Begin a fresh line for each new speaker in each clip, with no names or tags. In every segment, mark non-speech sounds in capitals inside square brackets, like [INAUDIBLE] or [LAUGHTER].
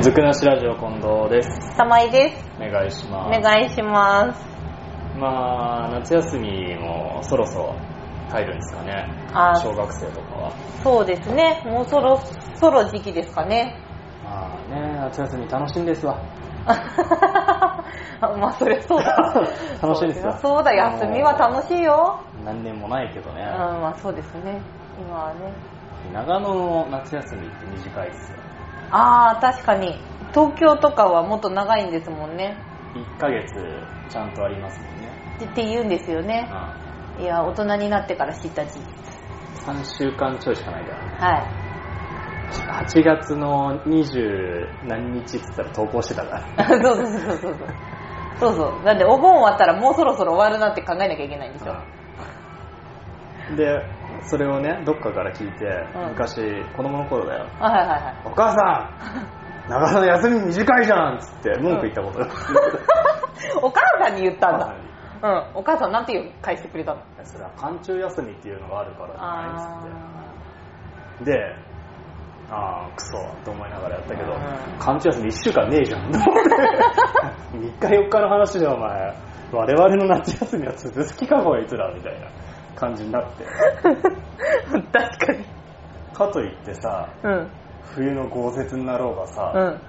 ずくなしラジオ近藤です。
玉井です。
お願いしま
お
す。
願いします。
まあ、夏休みもそろそろ入るんですかね。
あー
小学生とかは。
そうですね。もうそろそろ時期ですかね。 [LAUGHS]
まあね、夏休み楽しいんですわ。。
あまあ、そりゃそうだ
[LAUGHS] 楽しいですよ
そうだ、休みは楽しいよ。
何年もないけどね。
うん、まあそうですね。今はね。
長野の夏休みって短いですよ。
ああ、確かに。東京とかはもっと長いんですもんね。
1ヶ月ちゃんとありますもんね。
ってって言うんですよね。
う
いや、大人になってから知った時期。
ん。3週間ちょいしかないからね。
はい。 [LAUGHS]
8月の20何日っつったら投稿してたから。
そうそうそうそうそう。そうそう。なんで、お盆終わったらもうそろそろ終わるなって考えなきゃいけないんですよ。
でそれをねどっかから聞いて、
うん
昔子供の頃だよ
あはいはいはい
「お母さ
[LAUGHS]
ん長野の休み短いじゃん」っつって文句言ったことが
[LAUGHS] お母さんに言ったん
は
だ
い。
うん。お母さんなんて言う返してくれたの
[LAUGHS] それは寒中休みっていうのがあるからじゃないっ
あ
つってでああクソと思いながらやったけど、
うん
寒中休み1週間ねえじゃんと [LAUGHS] 思って3日4日の話でお前我々の夏休みは続きかこいつらみたいな感じになって
ー確かに。
かといってさ
うん。
冬の豪雪になろうがさ、
うん。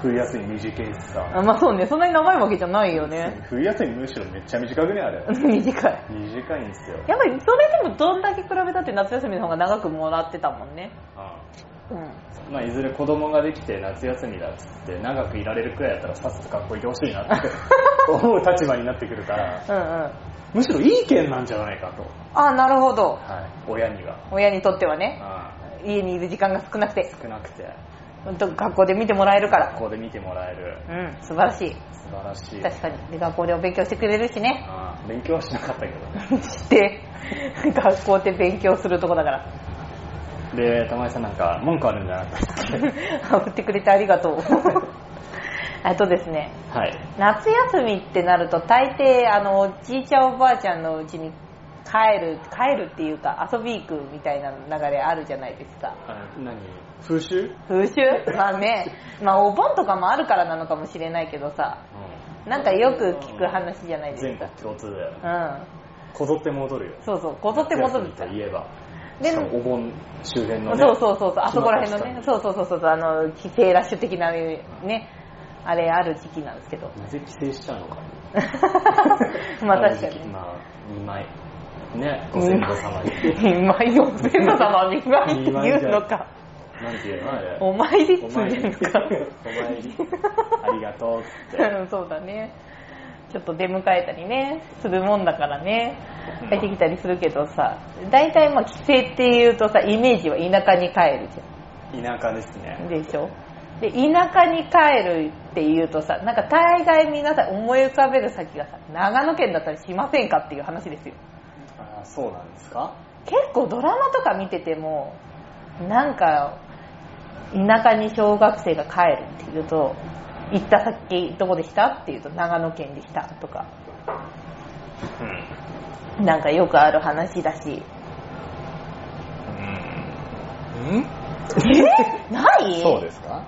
冬休み短いしさ、
あまあそうね、そんなに長いわけじゃないよね。
冬休みむしろめっちゃ短くねあれ短
短い。
いんですよ、
やっぱりそれでもどんだけ比べたって夏休みの方が長くもらってたもんね。うん。
うんまあ、いずれ子供ができて夏休みだっつって長くいられるくらいだったらさっさと学校行ってほしいな
[LAUGHS]
って思う立場になってくるから
うんうん。
むしろいい県なんじゃないかと、
あ、なるほど。
はい、親には、
親にとってはね、
う
家にいる時間が少なくて、
ん、少なくて
うんと学校で見てもらえるから。
学校で見てもらえる
うん、素晴らしい。
素晴らしい
確かに。で、学校でお勉強してくれるしね。 [LAUGHS]
うん勉強はしなかったけどね
して学校って勉強するとこだから
で玉井さんなんか文句あるんじゃなかった
[LAUGHS]
っ
振ってくれてありがと [LAUGHS] うあとですね
けはい
夏休みってなると大抵あのじいちゃんおばあちゃんのうちに帰る帰るっていうか遊び行くみたいな流れあるじゃないですか
あ何風習、うん
風習まあねまあお盆とかもあるからなのかもしれないけどさなんかよく聞く話じゃないです
全国共通だよね
か
こぞって戻るよ
うんそうそうこぞって戻る
夏休みといえば
で
しかもお盆周辺のね
そうそうそうそうあそこら辺
暇
の
な
ね
人
そうそうそうそうあの帰省ラッシュ的なねあれある時期なんですけど
なぜ帰省しちゃうのか
[LAUGHS] まあ確かにね
まあ2枚ねご先祖様に
[LAUGHS] 2枚4千0様2枚って言うのか
なんていうのあれ
[LAUGHS] お参りって
お参り
言うの
お
か
参りありがとうっつって
うん [LAUGHS] そうだねちょっと出迎えたりねするもんだからね
うん
帰ってきたりするけどさ大体まあ帰省っていうとさイメージは田舎に帰るじゃん
田舎ですね
でしょで田舎に帰るっていうとさなんか大概皆さん思い浮かべる先がさ長野県だったりしませんかっていう話ですよ
あそうなんですか
結構ドラマとか見ててもなんか田舎に小学生が帰るっていうと行った先どこでしたっていうと長野県でしたとか
うん
なんかよくある話だし
うん
ない
そうですか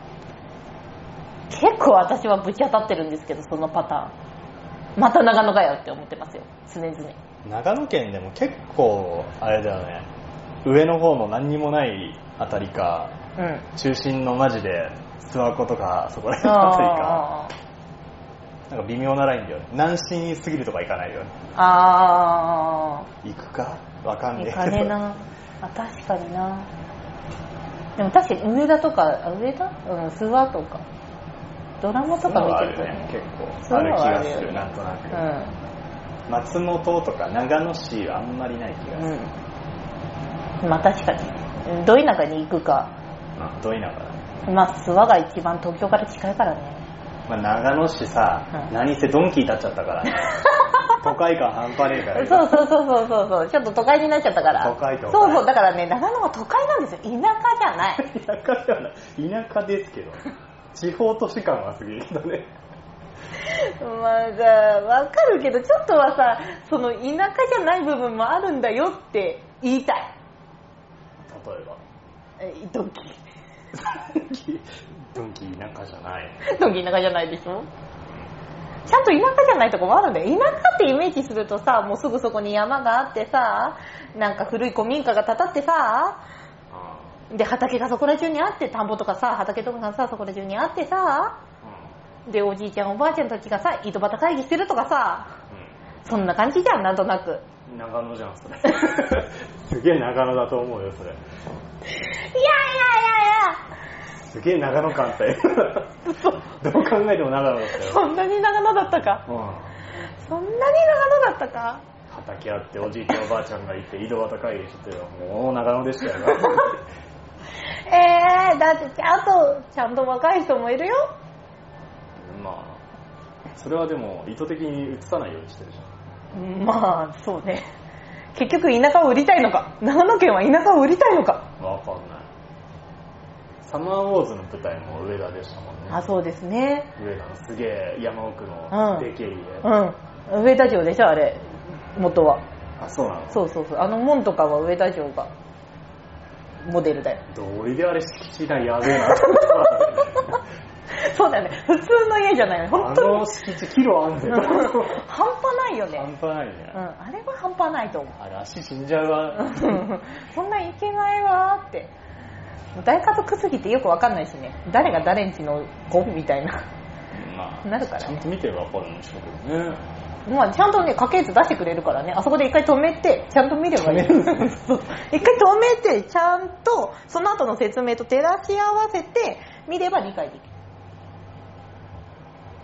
結構私はぶち当たってるんですけどそのパターンまた長野かよって思ってますよ
[LAUGHS]
常々。
長野県でも結構あれだよね上の方の何にもないあたりか
うん
中心のマジで諏訪湖とかそこら辺のあたりか
あ
なんか微妙なラインだよね南進すぎるとか行かないよね
ーあ
行くかわかんね
ー
え
行かねえなあ確かになでも確かに上田とかあ上田うん諏訪とかドラマと
[LAUGHS] そういうのはあ
か見て
る
ると
よね
ね
結
そ
構あ
ういう
る
の
気
は
が
ある
す
よ
る
ね
なんとなく、松本とか長野市はあんまりない気がす
うん
る、
うんまあ確かにど田舎に行くか
まあどいながら、
まあ諏訪が一番東京から近いからね
まあ、長野市さ、
うん
何せドンキー立っちゃった
[LAUGHS]
からね都会感半端ねえから
そう
今
そうそうそうそうそうちょっと都会になっちゃったから
都会都会
そうそうだからね長野は都会なんですよ田舎じゃない
田舎ではない田舎ですけど地方都市感はすぎるけどね
[LAUGHS] まあさ、わかるけど、ちょっとはさ、その田舎じゃない部分もあるんだよって言いたい。 [LAUGHS]
例えば
え、ドッキ
ドンキなんかじゃない。
ドンキ田舎じゃないでしょちゃんと田舎じゃないとこもあるんだよ。田舎ってイメージするとさ、もうすぐそこに山があってさ、なんか古い古民家が建ってさ、
あ
で畑がそこら中にあって、田んぼとかさ、畑とかがさ、そこら中にあってさ、でおじいちゃんおばあちゃんたちがさ、井戸端会議してるとかさ、そんな感じじゃん、なんとなく。
うん。うん。長野じゃん、それ。すげえ長野だと思うよ、それ。
いやいや
すげえ長野感って。どう考えても長野だった
いやいや、
よ。
そんなに長野だったか。
うん。
そんなに長野だったか。
畑あって、おじいちゃんおばあちゃんがいて、井戸端会議してて、もう長野でしたよな。
えー、だってちゃんと、ちゃんと若い人もいるよ。
まあ、それはでも意図的に映さないようにしてるじゃん。
まあそうね結局田舎を売りたいのか長野県は田舎を売りたいのか
わかんない。サマーウォーズの舞台も上田でしたもんね。
あそうですね
上田のすげえ山奥の
うん
でけえ家。
うん上田城でしょあれ元は
あ、そうなの
そうそうそうあの門とかは上田城がモデルだよ [LAUGHS]
道理であれ敷地内やべ [LAUGHS] えなと思ったわ
そうだよね普通の家じゃない
あ
本当に
の敷地キロあんぜ。
半端ないよ
半
ね、
端ないうね
ん、。あれは半端ないと思う [LAUGHS]
あれ足死んじゃうわ。
そんないけないわーって大家族すぎてよくわかんないしね誰が誰んちの子みたいな
ま
なるからね
ちゃんと見てればわかるんでしょうけどね。
まあ、ちゃんとね、家系図出してくれるからね、あそこで一回止めて、ちゃんと見ればいい。 [LAUGHS]
止めるんですね
そう一回止めて、ちゃんと、その後の説明と照らし合わせて、見れば理解できる。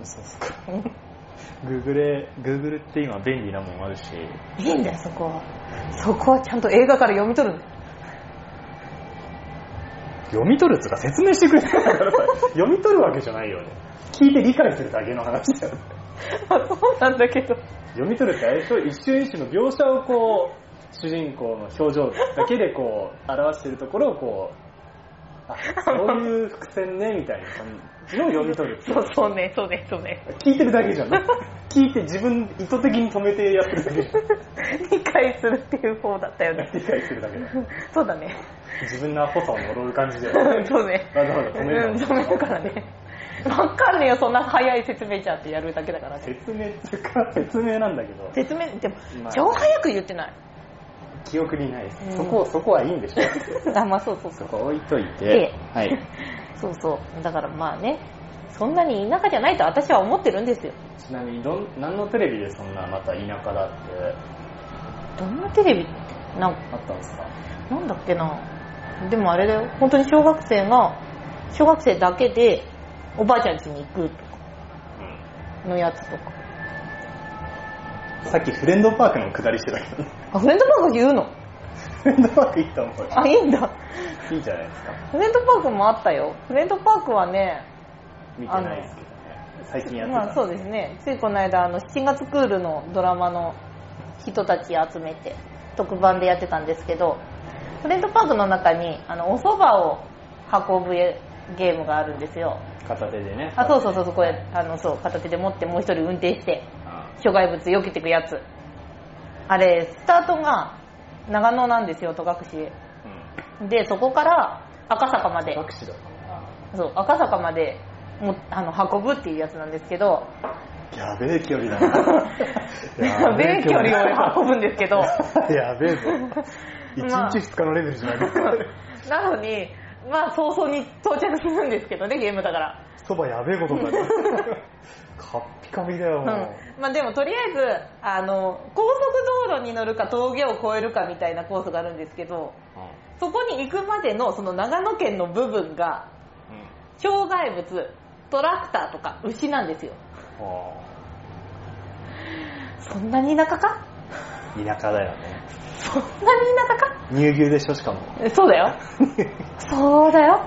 そうっすか。Google、Google って今便利なもんあるし、
いいんだよ、そこは。そこはちゃんと映画から読み取るんだよ。
読み取るっつうか説明してくれるからさ読み取るわけじゃないよね。聞いて理解するだけの話だよね。
まあそうなんだけど。
読み取るってあれでしょ一瞬一瞬の描写をこう主人公の表情だけでこう表してるところをこうあそういう伏線ねみたいな感じの読み取る
[LAUGHS] そうそうね、そうね、そ
[LAUGHS]
うね。
聞いてるだけじゃな聞いて自分意図的に止めてやってるだけ
理解するっていう方だったよね。
理解するだけだ
そうだね。
自分のアホさを呪う感じで
そうね。
わざわざ止めるの
うん、止めるからね。わかんねえよ、そんな早い説明じゃんってやるだけだからね。
説明っていうか説明なんだけど
説明、でも
まあ、
超早く言ってない。
記憶にないです
うん
そこそこはいいんでしょ
[LAUGHS] あまあそうそうそ
そうこ置いとい
え
てはい
[LAUGHS] そうそうだからまあねそんなに田舎じゃないと私は思ってるんですよ
ちなみにどん何のテレビでそんなまた田舎だって
どんなテレビってなん
あったんですか
なんだっけなでもあれだよ本当に小学生が小学生だけでおばあちゃん家に行くとかのやつとか
さっきフレンドパークの下りしてたけどね [LAUGHS]
あフレンドパーク言うの
フレンドパーク行ったもんこ
あいいんだ
れいいじゃないですか
フレンドパークもあったよフレンドパークはね
見てないですけどね最近やってた
まあそうですねついこの間あの7月クールのドラマの人たち集めて特番でやってたんですけどフレンドパークの中にあのお蕎麦を運ぶゲームがあるんですよ
片手でね
あそうそうそうそうこうやあのそう片手で持ってもう一人運転して
あ
障害物避けてくやつあれスタートが長野なんですよ戸隠
うん
でそこから赤坂まで
アクシだった
そう赤坂までもあの運ぶっていうやつなんですけど
なやべえ距離
[LAUGHS]
だな
やべえ距離を運ぶんですけど
やべえぞ一
まあ
日二日のレベルじゃないです
なのにまあ早々に到着するんですけどねゲームだから、
[LAUGHS] そばやべえことになるカッピカピだよ
うん
も
まあ、でもとりあえずあの高速道路に乗るか峠を越えるかみたいなコースがあるんですけど
う
そこに行くまでのその長野県の部分が
うんうん
障害物トラクターとか牛なんですよ
あ
そんなに田舎か
あ田舎だよね
そんなに田舎か
乳牛でしょしか
[LAUGHS]
も
えそうだよそうだよ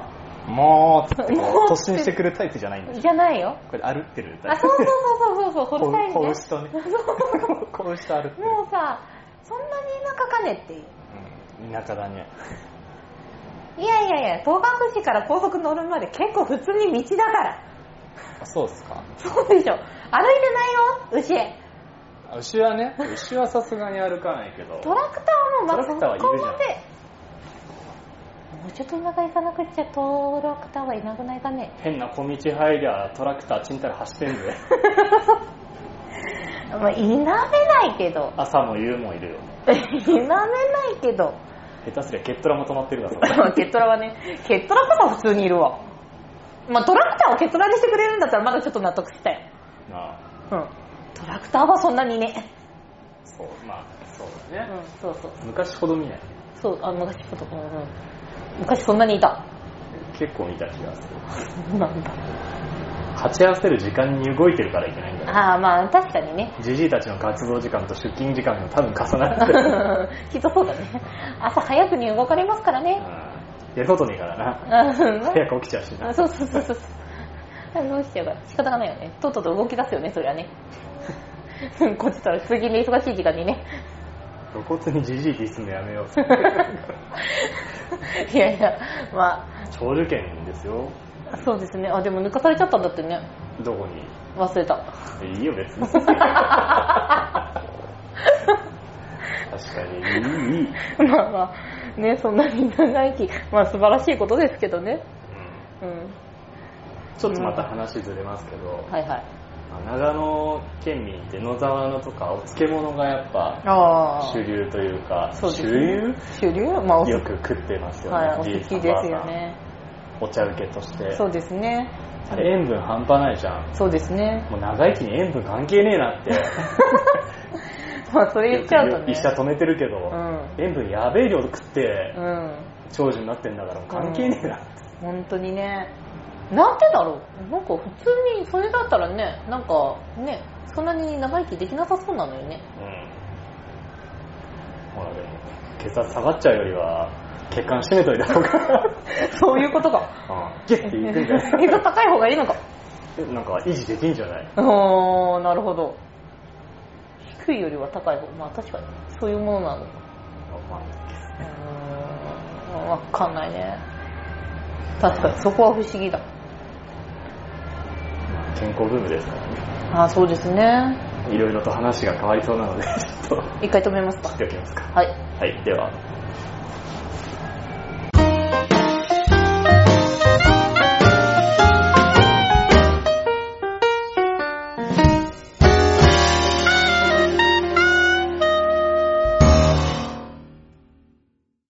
もうつってこ
もう
う突進してくるタイプじゃないんだよ
じゃないよ
これ歩ってるタ
あ
イ
そ
プ
うそうそう [LAUGHS] そうそうそう掘りたい
こ
ね
う牛とね [LAUGHS] こう牛と歩ってる、
[LAUGHS] もうさそんなに田舎かねっていう
うん田舎だね
いやいやいや東学市から高速乗るまで結構普通に道だから
あそうっすか
そうでしょ歩いてないよ
あ牛はね牛はさすがに歩かないけど
牛トラクターも
トラクターはいるじゃん
ここまでもうちょっと長行かなくっちゃトラクターはいなくないかね [LAUGHS]
変な小道入りゃトラクターちんたら走ってんぜ
まあ否めないけど [LAUGHS]
朝も夕もいるよ
否めないけど
下手すりゃケットラも止まってるだろ
[LAUGHS] ケットラはねケットラこそ普通にいるわまあトラクターをケットラにしてくれるんだったらまだちょっと納得したよ
なあ
うんトラクターはそんなにね
そうまあそう
う
だ
ん
ね、
そうそう
昔ほど見ない
そうあ昔ことうんうん昔そんなにいた [LAUGHS]
結構見た気がする
なんだ
鉢合わせる時間に動いてるからいけないんだろ
ああまあ確かにね [LAUGHS]
じじいたちの活動時間と出勤時間が多分重なってる、うん、
[LAUGHS] きっとそうだね朝早くに動かれますからね
やることねえからな
うん
早く起きちゃうしな
あそうそうそうそうそう早く動きちゃうから仕方がないよねとっとと動き出すよねそりゃねこっちとら通勤で忙しい時間にね
露骨にじじいってすんのやめ
[LAUGHS]
よう
いやいやま
長寿県ですよ
あそうですねあでも抜かされちゃったんだってね
どこに
[LAUGHS] 忘れた
いいよ別に確かにいいいい、うん、
まあまあねそんなに長生きまあ素晴らしいことですけどねうん
ちょっとまた話ずれますけど、
はいはい
まあ長野県民って野沢菜とかお漬物がやっぱ
ああ
主流というか
そうです
主
ね
流
主流まあお
よく食ってますよね、
はい、お
じいさん
好きですよね
おばあさんお茶受けとして
そうですね
あれ塩分半端ないじゃん
そうですね [LAUGHS]
もう長生きに塩分関係ねえなって
まあそ [LAUGHS] れ言っちゃうと
よく
ね
医者止めてるけど、
う
塩分やべえ量食って
うん
長寿になってんだからもう関係ねえなって、
本当にねなんでだろうなんか普通にそれだったらねなんかねそんなに長生きできなさそうなのよね
うんほらでも血圧下がっちゃうよりは血管締めといた方が
[LAUGHS] そういうこと
[LAUGHS]
か
うんギュッていくんじゃない [LAUGHS]
度高い方がいいのか
なんか維持できんじゃない
おーなるほど低いよりは高い方まあ確かにそういうものなのか
まあ
うーんわかんないね確かにそこは不思議だ
まあ健康ブームですからね
ああそうですね
いろいろと話が変わりそうなので [LAUGHS] ちょっと
一回止めますか
切っておきますか
はい
はいでは